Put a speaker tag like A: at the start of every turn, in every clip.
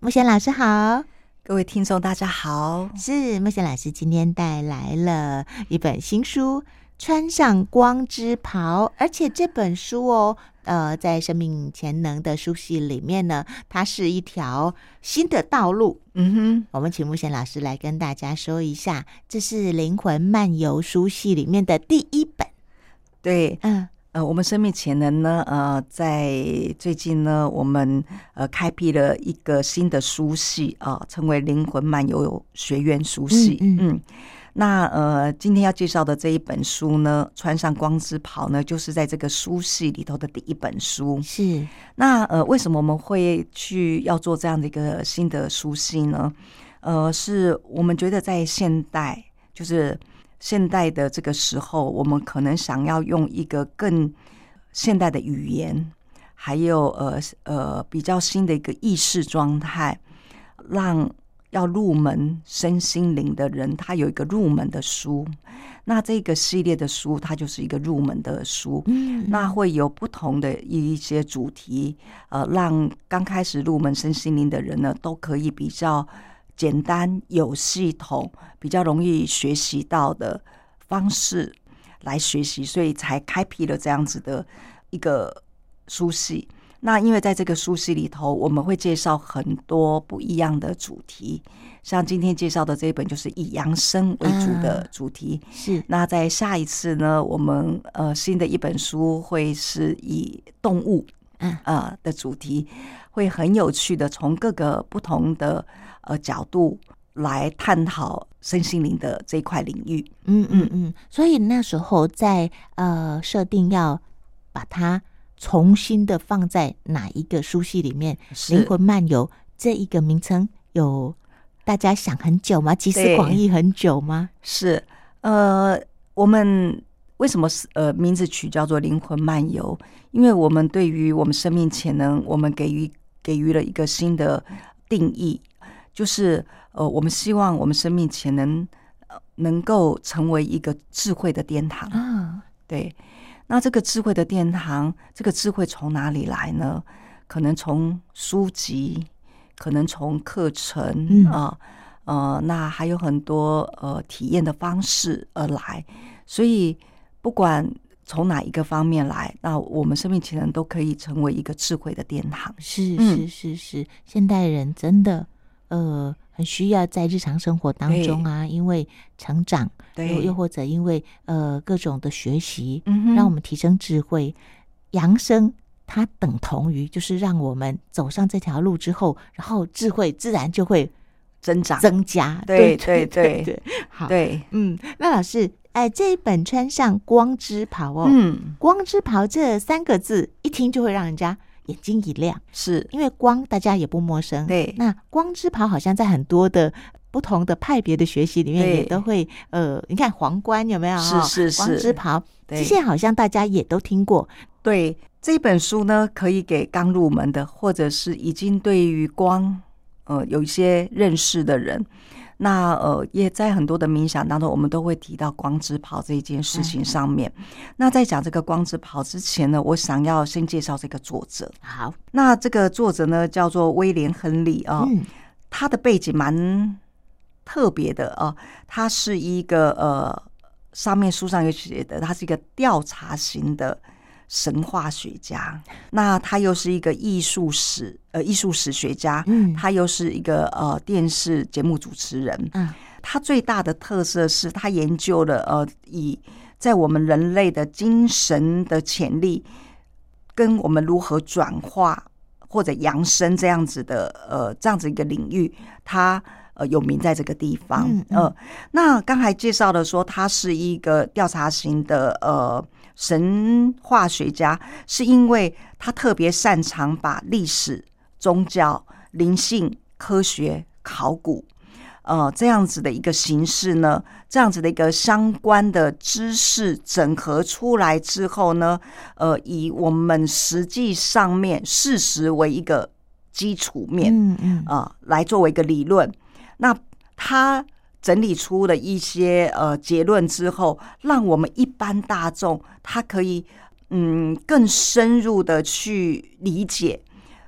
A: 木贤老师好，
B: 各位听众，大家好。
A: 是木贤老师今天带来了一本新书《穿上光之袍》，而且这本书哦，呃，在生命潜能的书系里面呢，它是一条新的道路。
B: 嗯
A: 我们请木贤老师来跟大家说一下，这是灵魂漫游书系里面的第一本。
B: 哼，对，
A: 嗯，
B: 呃，我们生命潜能呢，呃，在最近呢，我们呃开辟了一个新的书系啊、呃称为灵魂漫游学院书系。
A: 嗯嗯
B: 那呃，今天要介绍的这一本书呢，《穿上光之袍》呢，就是在这个书系里头的第一本书。
A: 是，
B: 那呃，为什么我们会去要做这样的一个新的书系呢？呃，是我们觉得在现代，就是现代的这个时候，我们可能想要用一个更现代的语言，还有呃呃比较新的一个意识状态，让要入门身心灵的人，他有一个入门的书。那这个系列的书，它就是一个入门的书。
A: 嗯，
B: 那会有不同的一些主题，呃，让刚开始入门身心灵的人呢，都可以比较简单、有系统、比较容易学习到的方式来学习，所以才开辟了这样子的一个书系。那因为在这个书系里头，我们会介绍很多不一样的主题，像今天介绍的这一本就是以养生为主的
A: 嗯
B: 主题，
A: 是，
B: 那在下一次呢，我们呃新的一本书会是以动物
A: 嗯
B: 呃的主题，会很有趣的从各个不同的呃角度来探讨身心灵的这一块领域。
A: 嗯嗯嗯，所以那时候在呃设定要把它重新的放在哪一个书系里面，《灵魂漫游》这一个名称有大家想很久吗？集思
B: 对
A: 广益很久吗？
B: 是呃，我们为什么是呃名字取叫做灵魂漫游？因为我们对于我们生命潜能，我们给予给予了一个新的定义，就是呃，我们希望我们生命潜能呃能够成为一个智慧的殿堂。
A: 啊，
B: 对，那这个智慧的殿堂，这个智慧从哪里来呢？可能从书籍，可能从课
A: 嗯
B: 程啊、呃，那还有很多呃体验的方式而来。所以不管从哪一个方面来，那我们生命潜能都可以成为一个智慧的殿堂。
A: 是是
B: 嗯
A: 是是，现代人真的呃很需要在日常生活当中啊，因为成长，又
B: 对，
A: 又或者因为呃各种的学习，
B: 嗯哼
A: 让我们提升智慧，扬升。它等同于就是让我们走上这条路之后，然后智慧自然就会
B: 增长。
A: 增加。
B: 对
A: 对
B: 对
A: 对，好，
B: 对，
A: 嗯，那老师，哎，这一本穿上光之袍哦，
B: 嗯，
A: 光之袍这三个字一听就会让人家眼睛一亮，
B: 是，
A: 因为光大家也不陌生。，
B: 对，
A: 那光之袍好像在很多的不同的派别的学习里面
B: 对
A: 也都会，呃，你看皇冠有没有、
B: 是
A: 哦？
B: 是
A: 光
B: 是，
A: 之袍，
B: 对
A: 这些好像大家也都听过。
B: 对这本书呢，可以给刚入门的，或者是已经对于光呃有一些认识的人。那呃，也在很多的冥想当中，我们都会提到光之袍这一件事情上面。那在讲这个光之袍之前呢，我想要先介绍这个作者。
A: 好，
B: 那这个作者呢，叫做威廉·亨利啊、
A: 嗯，
B: 他的背景蛮特别的啊、他是一个呃，上面书上有写的，他是一个调查型的神话学家。那他又是一个艺术史呃艺术史学家，
A: 嗯
B: 他又是一个呃电视节目主持人。
A: 啊，
B: 他最大的特色是他研究了呃，以在我们人类的精神的潜力，跟我们如何转化或者扬升这样子的呃这样子一个领域，他呃有名在这个地方。
A: 嗯嗯
B: 呃，那刚才介绍的说，他是一个调查型的呃神话学家，是因为他特别擅长把历史、宗教、灵性、科学、考古。呃这样子的一个形式呢，这样子的一个相关的知识整合出来之后呢，呃，以我们实际上面事实为一个基础面，
A: 嗯嗯，
B: 啊、来作为一个理论。那他整理出了一些呃结论之后，让我们一般大众他可以嗯更深入的去理解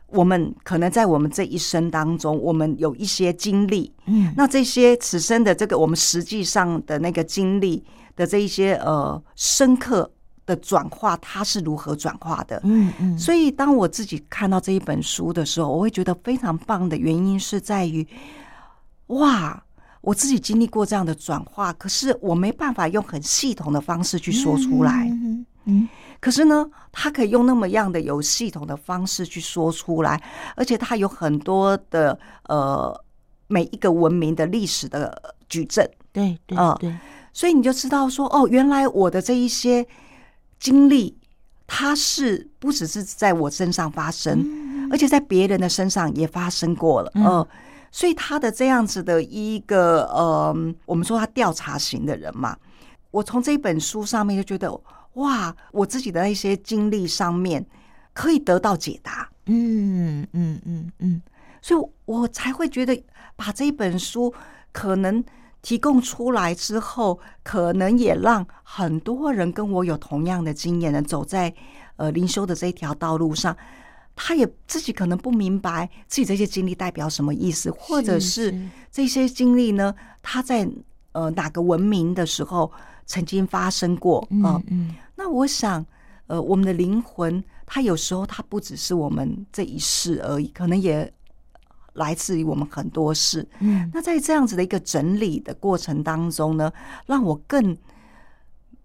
B: 我们可能在我们这一生当中，我们有一些经历，
A: 嗯，
B: 那这些此生的这个我们实际上的那个经历的这一些呃深刻的转化，它是如何转化的？
A: 嗯嗯，
B: 所以，当我自己看到这一本书的时候，我会觉得非常棒的原因是在于，哇，我自己经历过这样的转化，可是我没办法用很系统的方式去说出来。
A: 嗯嗯
B: 可是呢，他可以用那么样的有系统的方式去说出来，而且他有很多的呃每一个文明的历史的矩阵，
A: 对对
B: 啊
A: 对，
B: 所以你就知道说，哦，原来我的这一些经历，它是不只是在我身上发生，而且在别人的身上也发生过了，嗯、所以他的这样子的一个，呃，我们说他调查型的人嘛，我从这本书上面就觉得，哇，我自己的一些经历上面可以得到解答，
A: 嗯嗯嗯嗯，
B: 所以我才会觉得把这一本书可能提供出来之后，可能也让很多人跟我有同样的经验的走在呃灵修的这一条道路上，他也自己可能不明白自己这些经历代表什么意思，或者
A: 是
B: 是
A: 是
B: 这些经历呢，他在呃哪个文明的时候曾经发生过
A: 嗯
B: 啊、
A: 嗯
B: 那我想，呃，我们的灵魂，它有时候它不只是我们这一世而已，可能也来自于我们很多事。
A: 嗯
B: 那在这样子的一个整理的过程当中呢，让我更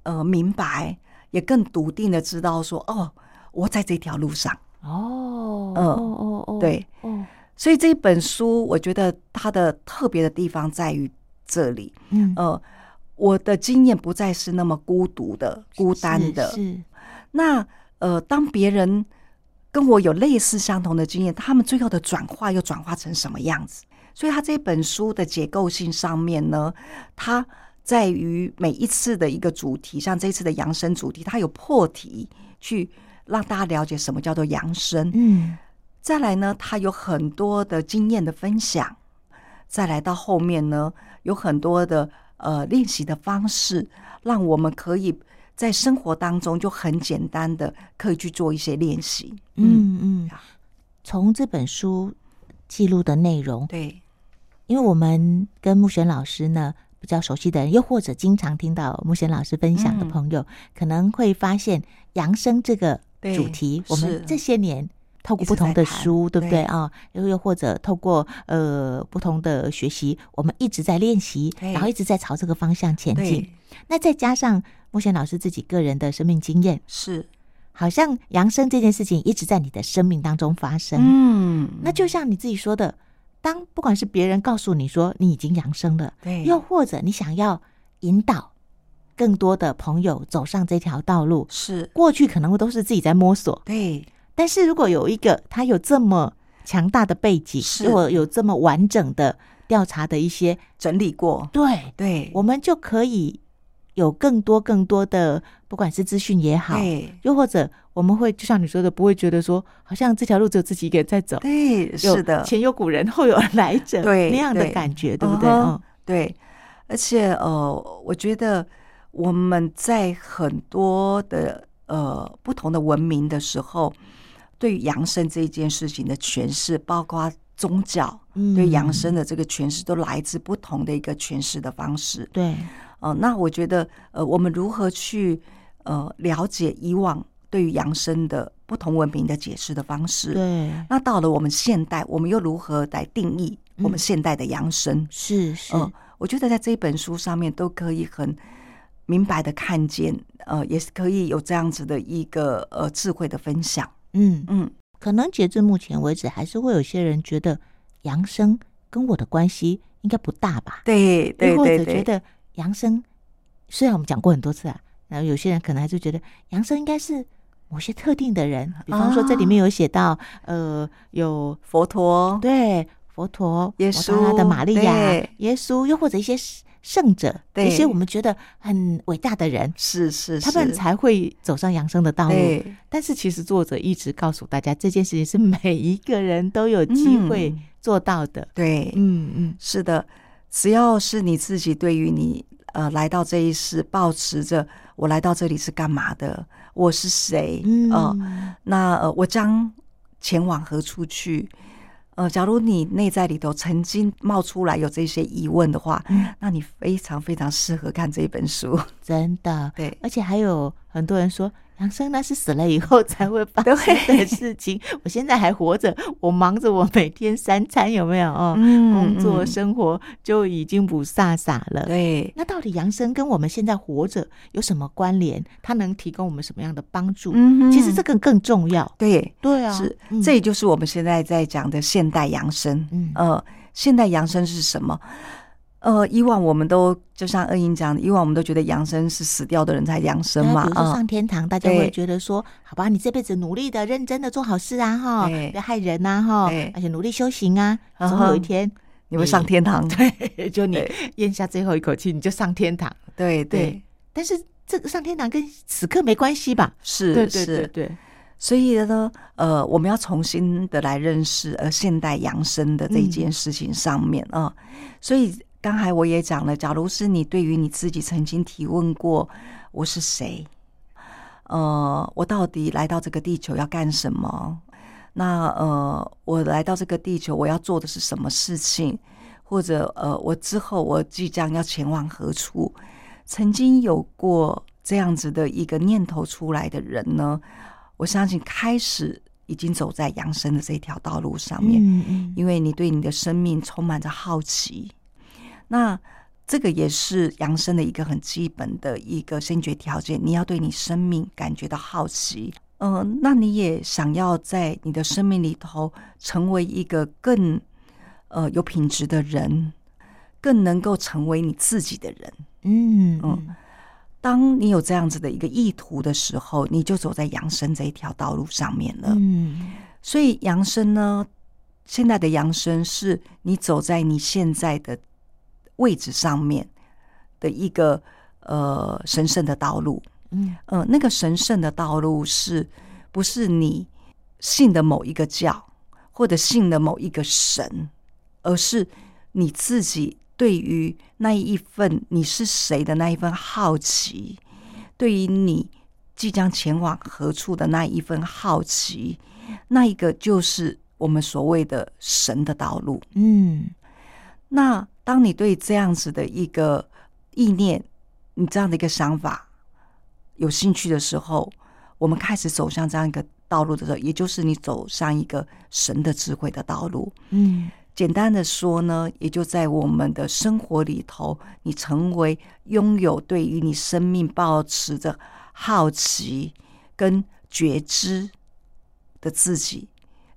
B: 呃明白，也更笃定的知道说，哦，我在这条路上。
A: 哦
B: 嗯
A: 哦哦哦，
B: 对
A: 哦
B: 所以这一本书，我觉得它的特别的地方在于这里，
A: 嗯，
B: 呃，我的经验不再是那么孤独的、孤单
A: 是嗯
B: 的，
A: 是
B: 那呃，当别人跟我有类似相同的经验，他们最后的转化又转化成什么样子？所以，他这本书的结构性上面呢，它在于每一次的一个主题，像这次的扬声主题，它有破题去让大家了解什么叫做扬声。
A: 嗯
B: 再来呢，它有很多的经验的分享，再来到后面呢，有很多的呃练习的方式，让我们可以在生活当中就很简单的可以去做一些练习。
A: 嗯嗯，从这本书记录的内容，
B: 对，
A: 因为我们跟木玄老师呢比较熟悉的人，又或者经常听到木玄老师分享
B: 嗯
A: 的朋友，可能会发现扬声这个
B: 对
A: 主题，我
B: 是
A: 们这些年透过
B: 一直
A: 不同
B: 在
A: 的
B: 谈
A: 书，对不对
B: 对
A: 啊？又又或者透过呃不同的学习，我们一直在练习，
B: 对
A: 然后一直在朝这个方向前进。
B: 对，
A: 那再加上木玄老师自己个人的生命经验，
B: 是，
A: 好像扬声这件事情一直在你的生命当中发生。
B: 嗯，
A: 那就像你自己说的，当不管是别人告诉你说你已经扬升了，
B: 对，
A: 又或者你想要引导更多的朋友走上这条道路，
B: 是，
A: 过去可能都是自己在摸索，
B: 对，
A: 但是如果有一个他有这么强大的背景，
B: 是
A: 如果有这么完整的调查的一些，
B: 整理过，
A: 对，
B: 对，
A: 我们就可以有更多更多的，不管是资讯也好。
B: 对，
A: 又或者，我们会就像你说的，不会觉得说，好像这条路只有自己一个人在走，
B: 对，
A: 有
B: 是的，
A: 前有古人，后有来者，
B: 对
A: 那样的
B: 对
A: 感觉，对不对？
B: 嗯哼
A: 嗯
B: 对，而且呃，我觉得我们在很多的呃不同的文明的时候，对于扬声这一件事情的诠释，包括宗教
A: 嗯
B: 对扬声的这个诠释，都来自不同的一个诠释的方式。
A: 对，
B: 呃，那我觉得呃，我们如何去呃了解以往对于扬声的不同文明的解释的方式？
A: 对，
B: 那到了我们现代，我们又如何来定义我们现代的扬声？
A: 是是，
B: 嗯，我觉得在这一本书上面都可以很明白的看见，呃，也是可以有这样子的一个呃智慧的分享。
A: 嗯，
B: 嗯，
A: 可能截至目前为止，还是会有些人觉得扬生跟我的关系应该不大吧？
B: 对对
A: 又或
B: 对
A: 者觉
B: 对，
A: 得扬生，虽然我们讲过很多次啊，然后有些人可能还是觉得扬生应该是。某些特定的人，比方说这里面
B: 啊
A: 有写到，呃，有
B: 佛陀，
A: 对佛陀、
B: 耶
A: 摩达拉的
B: 稣
A: 玛利亚
B: 对、
A: 耶稣，又或者一些圣圣者，
B: 对
A: 一些我们觉得很伟大的人，
B: 是是
A: 他
B: 是，
A: 们才会走上扬升的道路。
B: 对
A: 但是其实作者一直告诉大家，这件事情是每一个人都有机会
B: 嗯
A: 做到的。
B: 对，
A: 嗯嗯，
B: 是的，只要是你自己对于你呃来到这一世，保持着我来到这里是干嘛的，我是谁，
A: 嗯
B: 呃，那呃我将前往何处去。呃，假如你内在里头曾经冒出来有这些疑问的话，
A: 嗯
B: 那你非常非常适合看这一本书。
A: 真的，
B: 对
A: 而且还有很多人说，养生那是死了以后才会发生的
B: 对
A: 事情。我现在还活着，我忙着我每天三餐有没有哦？
B: 嗯
A: 工作
B: 嗯
A: 生活就已经不飒飒了。
B: 对，
A: 那到底养生跟我们现在活着有什么关联？它能提供我们什么样的帮助？
B: 嗯哼
A: 其实这个更重要。
B: 对
A: 对啊，
B: 是
A: 嗯，
B: 这也就是我们现在在讲的现代养生。
A: 嗯
B: 呃，现代养生是什么？呃，以往我们都就像恩英讲的，以往我们都觉得养生是死掉的人才养生
A: 对啊
B: 嘛
A: 比，如说
B: 啊、
A: 上天堂，大家会
B: 对
A: 觉得说，好吧，你这辈子努力的、认真的做好事啊，哈，
B: 对
A: 不要害人啊，哈
B: 对，
A: 而且努力修行啊，
B: 嗯
A: 总
B: 哼
A: 有一天
B: 你会上天堂。
A: 对，就你
B: 对
A: 咽下最后一口气，你就上天堂。
B: 对
A: 对
B: 对，
A: 但是这个上天堂跟此刻没关系吧？
B: 是
A: 对对对
B: 是。
A: 对，
B: 所以呢，呃，我们要重新的来认识呃现代养生的这一件事情上面啊、所以刚才我也讲了，假如是你对于你自己曾经提问过我是谁，呃，我到底来到这个地球要干什么？那呃，我来到这个地球我要做的是什么事情？或者呃，我之后我即将要前往何处？曾经有过这样子的一个念头出来的人呢，我相信开始已经走在养生的这条道路上面，
A: 嗯嗯
B: 因为你对你的生命充满着好奇。那这个也是养生的一个很基本的一个先决条件，你要对你生命感觉到好奇。嗯、那你也想要在你的生命里头成为一个更呃有品质的人，更能够成为你自己的人。
A: 嗯嗯
B: 嗯当你有这样子的一个意图的时候，你就走在养生这一条道路上面了。
A: 嗯
B: 所以养生呢，现在的养生是你走在你现在的位置上面的一个呃神圣的道路。
A: 嗯
B: 呃，那个神圣的道路是不是你信的某一个教，或者信的某一个神，而是你自己对于那一份你是谁的那一份好奇，对于你即将前往何处的那一份好奇，那一个就是我们所谓的神的道路。
A: 嗯
B: 那当你对这样子的一个意念，你这样的一个想法有兴趣的时候，我们开始走向这样一个道路的时候，也就是你走上一个神的智慧的道路。
A: 嗯
B: 简单的说呢，也就在我们的生活里头，你成为拥有对于你生命保持着好奇跟觉知的自己，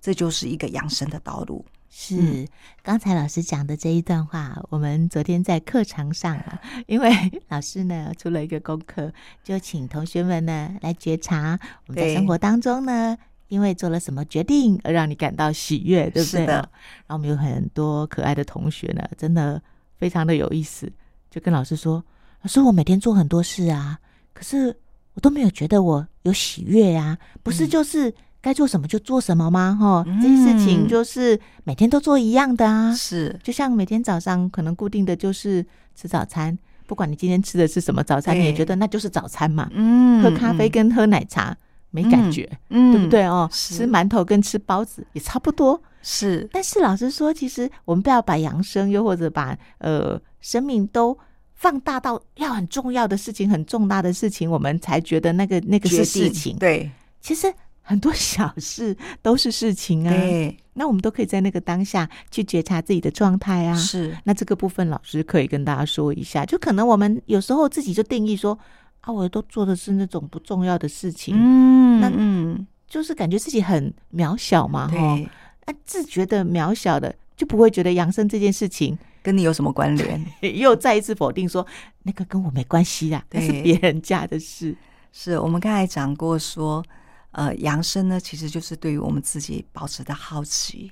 B: 这就是一个养生的道路。
A: 是，
B: 嗯
A: 刚才老师讲的这一段话，我们昨天在课堂上啊，因为老师呢出了一个功课，就请同学们呢来觉察我们在
B: 对
A: 生活当中呢，因为做了什么决定而让你感到喜悦，对不
B: 是
A: 对？啊
B: 的
A: 然后我们有很多可爱的同学呢，真的非常的有意思，就跟老师说：“老师，我每天做很多事啊，可是我都没有觉得我有喜悦啊，不
B: 嗯
A: 是就是该做什么就做什么吗？哈、这些事情
B: 嗯
A: 就是每天都做一样的啊，
B: 是，
A: 就像每天早上可能固定的就是吃早餐，不管你今天吃的是什么早餐，
B: 对
A: 你也觉得那就是早餐嘛。
B: 嗯
A: 喝咖啡跟喝奶茶没感觉，
B: 嗯
A: 对不？对哦？
B: 是
A: 吃馒头跟吃包子也差不多。
B: 是，
A: 但是老实说，其实我们不要把养生，又或者把呃生命都放大到要很重要的事情、很重大的事情，我们才觉得那个那个是
B: 决
A: 事
B: 定
A: 情。
B: 对
A: 其实很多小事都是事情啊。
B: 对
A: 那我们都可以在那个当下去觉察自己的状态啊。
B: 是，
A: 那这个部分，老师可以跟大家说一下，就可能我们有时候自己就定义说啊，我都做的是那种不重要的事情，
B: 嗯
A: 那
B: 嗯，
A: 就是感觉自己很渺小嘛，哈。
B: 对，
A: 那自觉的渺小的，就不会觉得养生这件事情
B: 跟你有什么关联？
A: 又再一次否定说那个跟我没关系啦，那
B: 对
A: 是别人家的事。
B: 是我们刚才讲过说，呃，养生呢，其实就是对于我们自己保持的好奇。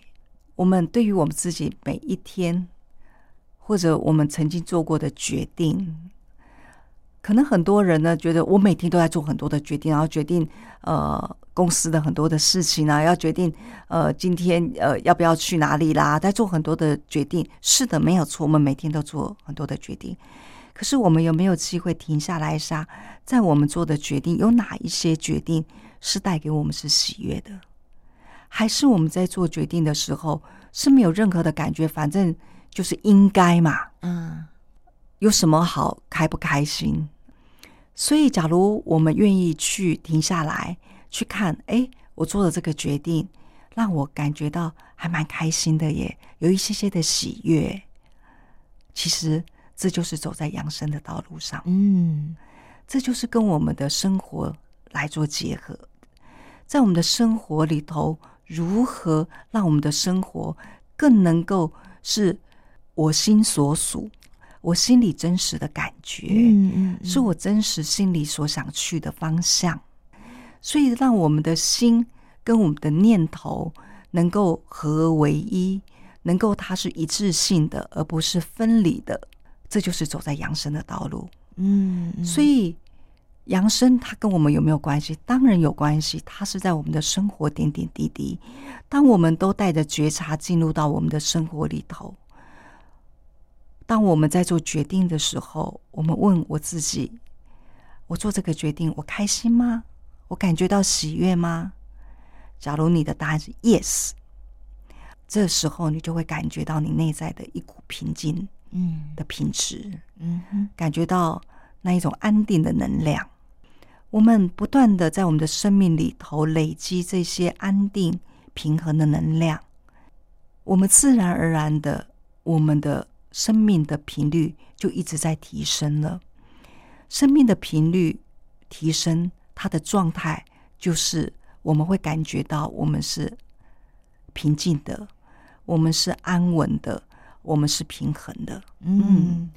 B: 我们对于我们自己每一天，或者我们曾经做过的决定，可能很多人呢觉得我每天都在做很多的决定，然后决定呃公司的很多的事情啊，要决定呃今天呃要不要去哪里啦，在做很多的决定。是的，没有错，我们每天都做很多的决定。可是我们有没有机会停下来想，在我们做的决定有哪一些决定是带给我们是喜悦的？还是我们在做决定的时候是没有任何的感觉，反正就是应该嘛，
A: 啊，
B: 有什么好开不开心？所以，假如我们愿意去停下来去看，哎，我做的这个决定让我感觉到还蛮开心的耶，有一些些的喜悦。其实，这就是走在养生的道路上。
A: 嗯，
B: 这就是跟我们的生活来做结合，在我们的生活里头，如何让我们的生活更能够是我心所属，我心里真实的感觉，
A: 嗯嗯，
B: 是我真实心里所想去的方向。所以，让我们的心跟我们的念头能够合而为一，能够它是一致性的，而不是分离的。这就是走在养生的道路。
A: 嗯，嗯
B: 所以养生它跟我们有没有关系？当然有关系，它是在我们的生活点点滴滴。当我们都带着觉察进入到我们的生活里头，当我们在做决定的时候，我们问我自己：我做这个决定，我开心吗？我感觉到喜悦吗？假如你的答案是 yes，这时候你就会感觉到你内在的一股平静
A: 嗯
B: 的品质。
A: 嗯哼
B: 感觉到那一种安定的能量。我们不断的在我们的生命里头累积这些安定、平衡的能量，我们自然而然的，我们的生命的频率就一直在提升了。生命的频率提升，它的状态就是我们会感觉到我们是平静的，我们是安稳的，我们是平衡的。
A: 嗯，